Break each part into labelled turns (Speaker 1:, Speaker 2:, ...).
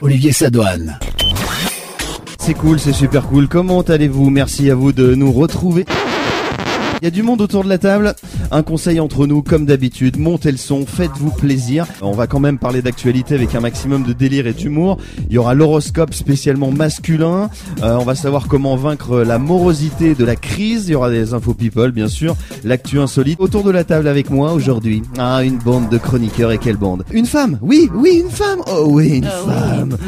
Speaker 1: Olivier Sadoine.
Speaker 2: C'est cool, c'est super cool. Comment allez-vous Merci à vous de nous retrouver. Il y a du monde autour de la table. Un conseil entre nous, comme d'habitude, montez le son, faites-vous plaisir. On va quand même parler d'actualité avec un maximum de délire et d'humour. Il y aura l'horoscope spécialement masculin. Euh, on va savoir comment vaincre la morosité de la crise. Il y aura des infos people, bien sûr. L'actu insolite. Autour de la table avec moi aujourd'hui. Ah, une bande de chroniqueurs et quelle bande Une femme Oui, oui, une femme Oh oui, une femme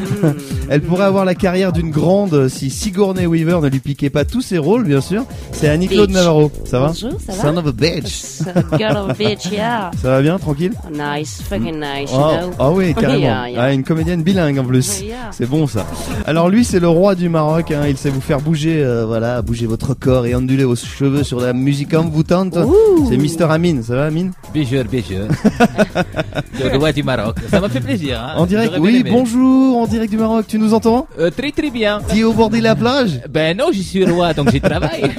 Speaker 2: Elle pourrait avoir la carrière d'une grande si Sigourney Weaver ne lui piquait pas tous ses rôles, bien sûr. C'est Annie-Claude
Speaker 3: Bitch.
Speaker 2: Navarro. Ça va
Speaker 3: Bonjour, ça va
Speaker 2: Son of a bitch.
Speaker 3: Girl of a bitch, yeah.
Speaker 2: Ça va bien, tranquille
Speaker 3: Nice, fucking nice,
Speaker 2: Oh,
Speaker 3: you know.
Speaker 2: ah oui, carrément.
Speaker 3: Yeah, yeah.
Speaker 2: Ah, une comédienne bilingue en plus.
Speaker 3: Oui, yeah.
Speaker 2: C'est bon ça. Alors lui, c'est le roi du Maroc. hein. Il sait vous faire bouger, euh, voilà, bouger votre corps et onduler vos cheveux sur la musique envoûtante. C'est Mister Amine. Ça va, Amine
Speaker 4: Bijeur, bijeur. le roi du Maroc. Ça m'a fait plaisir. Hein.
Speaker 2: En direct.
Speaker 4: J'aurais bien
Speaker 2: Oui,
Speaker 4: aimé.
Speaker 2: bonjour. En direct du Maroc. Tu nous entends
Speaker 4: Euh, très très bien.
Speaker 2: Dis au bord de la plage.
Speaker 4: Ben non, j'y suis roi, donc j'y travaille.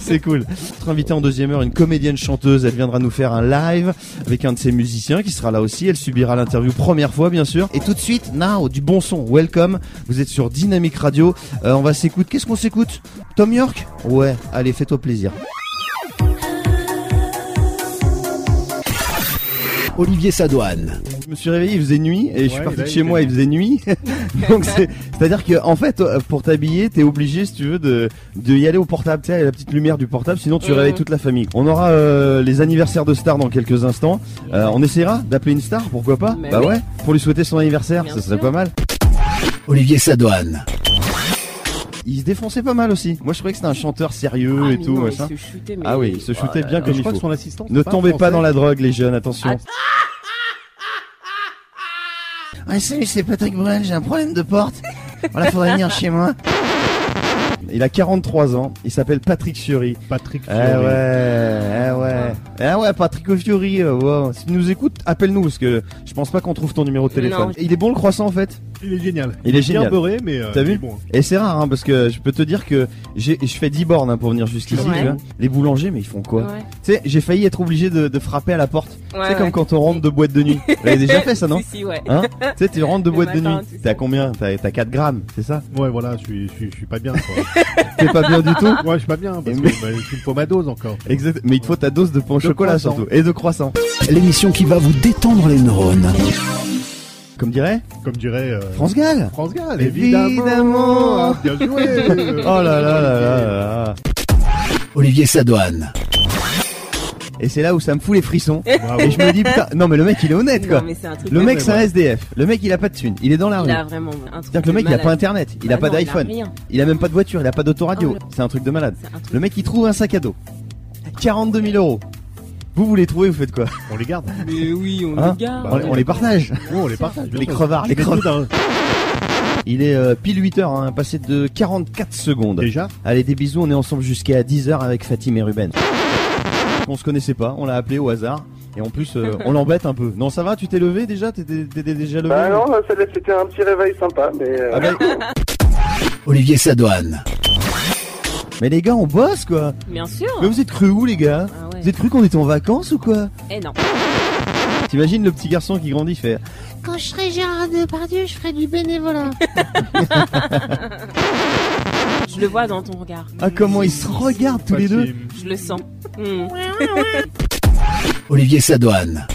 Speaker 2: C'est cool. Notre invitée en deuxième heure, une comédienne chanteuse, elle viendra nous faire un live avec un de ses musiciens qui sera là aussi. Elle subira l'interview première fois, bien sûr. Et tout de suite, now, du bon son. Welcome. Vous êtes sur Dynamic Radio. Euh, on va s'écouter. Qu'est-ce qu'on s'écoute Tom York Ouais, allez, fais-toi plaisir.
Speaker 1: Olivier Sadoine.
Speaker 2: Je me suis réveillé, il faisait nuit, et je suis
Speaker 5: Ouais,
Speaker 2: parti
Speaker 5: là,
Speaker 2: de
Speaker 5: il
Speaker 2: chez
Speaker 5: fait
Speaker 2: moi, il faisait nuit. Donc c'est, c'est-à-dire que en fait, euh, pour t'habiller, t'es obligé, si tu veux, de, de y aller au portable, tu sais, avec la petite lumière du portable, sinon tu
Speaker 3: Mhm.
Speaker 5: Mm.
Speaker 2: réveilles toute la famille. On aura euh, les anniversaires de stars dans quelques instants. Euh, on essaiera d'appeler une star, pourquoi pas
Speaker 3: Mais
Speaker 2: Bah
Speaker 3: oui.
Speaker 2: ouais, pour lui souhaiter son anniversaire,
Speaker 3: Bien
Speaker 2: Ah, ça serait
Speaker 3: sûr.
Speaker 2: pas mal.
Speaker 1: Olivier Sadoine.
Speaker 2: Il se défonçait pas mal aussi. Moi, je trouvais que c'était un chanteur sérieux
Speaker 3: Ah,
Speaker 2: et
Speaker 3: mais
Speaker 2: tout,
Speaker 3: non, il
Speaker 2: machin.
Speaker 3: se shootait, mais-
Speaker 2: Ah oui, il se shootait bien
Speaker 5: Mais
Speaker 2: comme
Speaker 5: je
Speaker 2: il
Speaker 5: crois
Speaker 2: faut.
Speaker 5: que son assistante.
Speaker 2: Ne
Speaker 5: c'est un
Speaker 2: tombez pas
Speaker 5: Français.
Speaker 2: dans la drogue, les jeunes, attention. Ah, salut, c'est Patrick Bruel, j'ai un problème de porte. Voilà, faudrait venir chez moi. Il a 43 ans, il s'appelle Patrick Fiori.
Speaker 5: Patrick.
Speaker 2: Eh
Speaker 5: Fiori.
Speaker 2: ouais, eh ouais.
Speaker 1: Ah.
Speaker 2: Eh ouais, Patrick Fiori, euh, wow. si tu nous écoutes, appelle-nous parce que je pense pas qu'on trouve ton numéro de téléphone.
Speaker 3: Non.
Speaker 2: Il est bon le croissant en fait
Speaker 5: Il est génial.
Speaker 2: Il est
Speaker 5: Bien
Speaker 2: génial.
Speaker 5: beurré, mais. euh,
Speaker 2: T'as vu
Speaker 5: il est bon.
Speaker 2: Et c'est rare hein, parce que je peux te dire que j'ai- je fais 10 bornes hein, pour venir jusqu'ici.
Speaker 3: Ouais.
Speaker 2: tu vois. Les boulangers, mais ils font quoi
Speaker 3: Ouais.
Speaker 2: Tu sais, j'ai failli être obligé de, de frapper à la porte.
Speaker 3: Ouais,
Speaker 2: tu sais, comme
Speaker 3: ouais.
Speaker 2: quand on rentre de boîte de nuit. Vous l'avez déjà fait ça, non
Speaker 3: Si, si, ouais.
Speaker 2: Hein Tu sais, tu rentres de
Speaker 3: Le
Speaker 2: boîte de
Speaker 3: matin,
Speaker 2: nuit.
Speaker 3: tu sais.
Speaker 2: T'es à combien T'as t'as 4 grammes, c'est ça
Speaker 5: Ouais, voilà, je suis, je suis, je suis pas bien. Quoi.
Speaker 2: T'es pas bien du tout
Speaker 5: ouais, je suis pas bien parce
Speaker 2: Mais-
Speaker 5: que bah, il me faut ma dose encore.
Speaker 2: Exact. Mais il te faut ta dose de pain au
Speaker 5: De
Speaker 2: chocolat
Speaker 5: croissant.
Speaker 2: surtout. Et de croissant.
Speaker 1: L'émission qui va vous détendre les neurones.
Speaker 2: Comme dirait
Speaker 5: Comme dirait euh,
Speaker 2: France Gall
Speaker 5: France Gall,
Speaker 2: Évidemment.
Speaker 5: évidemment. Ah, Bien joué.
Speaker 2: Oh là là là là là
Speaker 1: Olivier Sadoine.
Speaker 2: Et c'est là où ça me fout les frissons.
Speaker 5: Bravo.
Speaker 2: Et je me dis, putain, non mais le mec il est honnête quoi.
Speaker 3: Non, mais c'est un truc.
Speaker 2: Le
Speaker 3: de-
Speaker 2: mec
Speaker 5: ouais,
Speaker 2: c'est un
Speaker 5: ouais.
Speaker 2: SDF. Le mec il a pas de thune. Il est dans la rue.
Speaker 3: Il a vraiment un truc. Ah
Speaker 2: C'est-à-dire que le mec il a pas internet, il a pas d'iPhone, il a même pas de voiture, il a pas d'autoradio.
Speaker 3: Oh,
Speaker 2: C'est un truc de malade. Le
Speaker 3: Le
Speaker 2: mec
Speaker 3: mec.
Speaker 2: il trouve un sac à dos. 42 000 euros. Vous, vous les trouvez, vous faites quoi
Speaker 5: On les garde.
Speaker 3: Mais oui, on
Speaker 2: Hein
Speaker 3: le garde.
Speaker 2: on, les- on les partage.
Speaker 5: Nous, on les partage. bien
Speaker 2: Les
Speaker 5: sûr.
Speaker 2: crevards,
Speaker 5: Je
Speaker 2: les
Speaker 5: mets
Speaker 2: crevards.
Speaker 5: tout dans-
Speaker 2: Il est euh, pile 8 heures, hein, passé de 44 secondes.
Speaker 5: Déjà.
Speaker 2: Allez, des bisous, on est ensemble jusqu'à 10h avec Fatim et Ruben. On se connaissait pas, on l'a appelé au hasard. Et en plus, euh, on l'embête un peu. Non, ça va, tu t'es levé déjà T'étais t'étais déjà levé
Speaker 6: Bah non, celle-là, c'était un petit réveil sympa, mais euh,
Speaker 2: Ah bah,
Speaker 1: Olivier Sadoine.
Speaker 2: Mais les gars, on bosse quoi
Speaker 3: Bien sûr.
Speaker 2: Mais vous êtes cru où les gars
Speaker 3: Ah
Speaker 2: Vous
Speaker 3: ouais.
Speaker 2: êtes cru qu'on était en vacances ou quoi
Speaker 3: Eh non.
Speaker 2: T'imagines le petit garçon qui grandit fait
Speaker 7: Quand je serai Gérard Depardieu, je ferai du bénévolat.
Speaker 3: Je le vois dans ton regard.
Speaker 2: Ah, comment ils se regardent tous les deux
Speaker 5: Fatim.
Speaker 3: Je le sens. Hmm.
Speaker 1: Olivier Sadoine.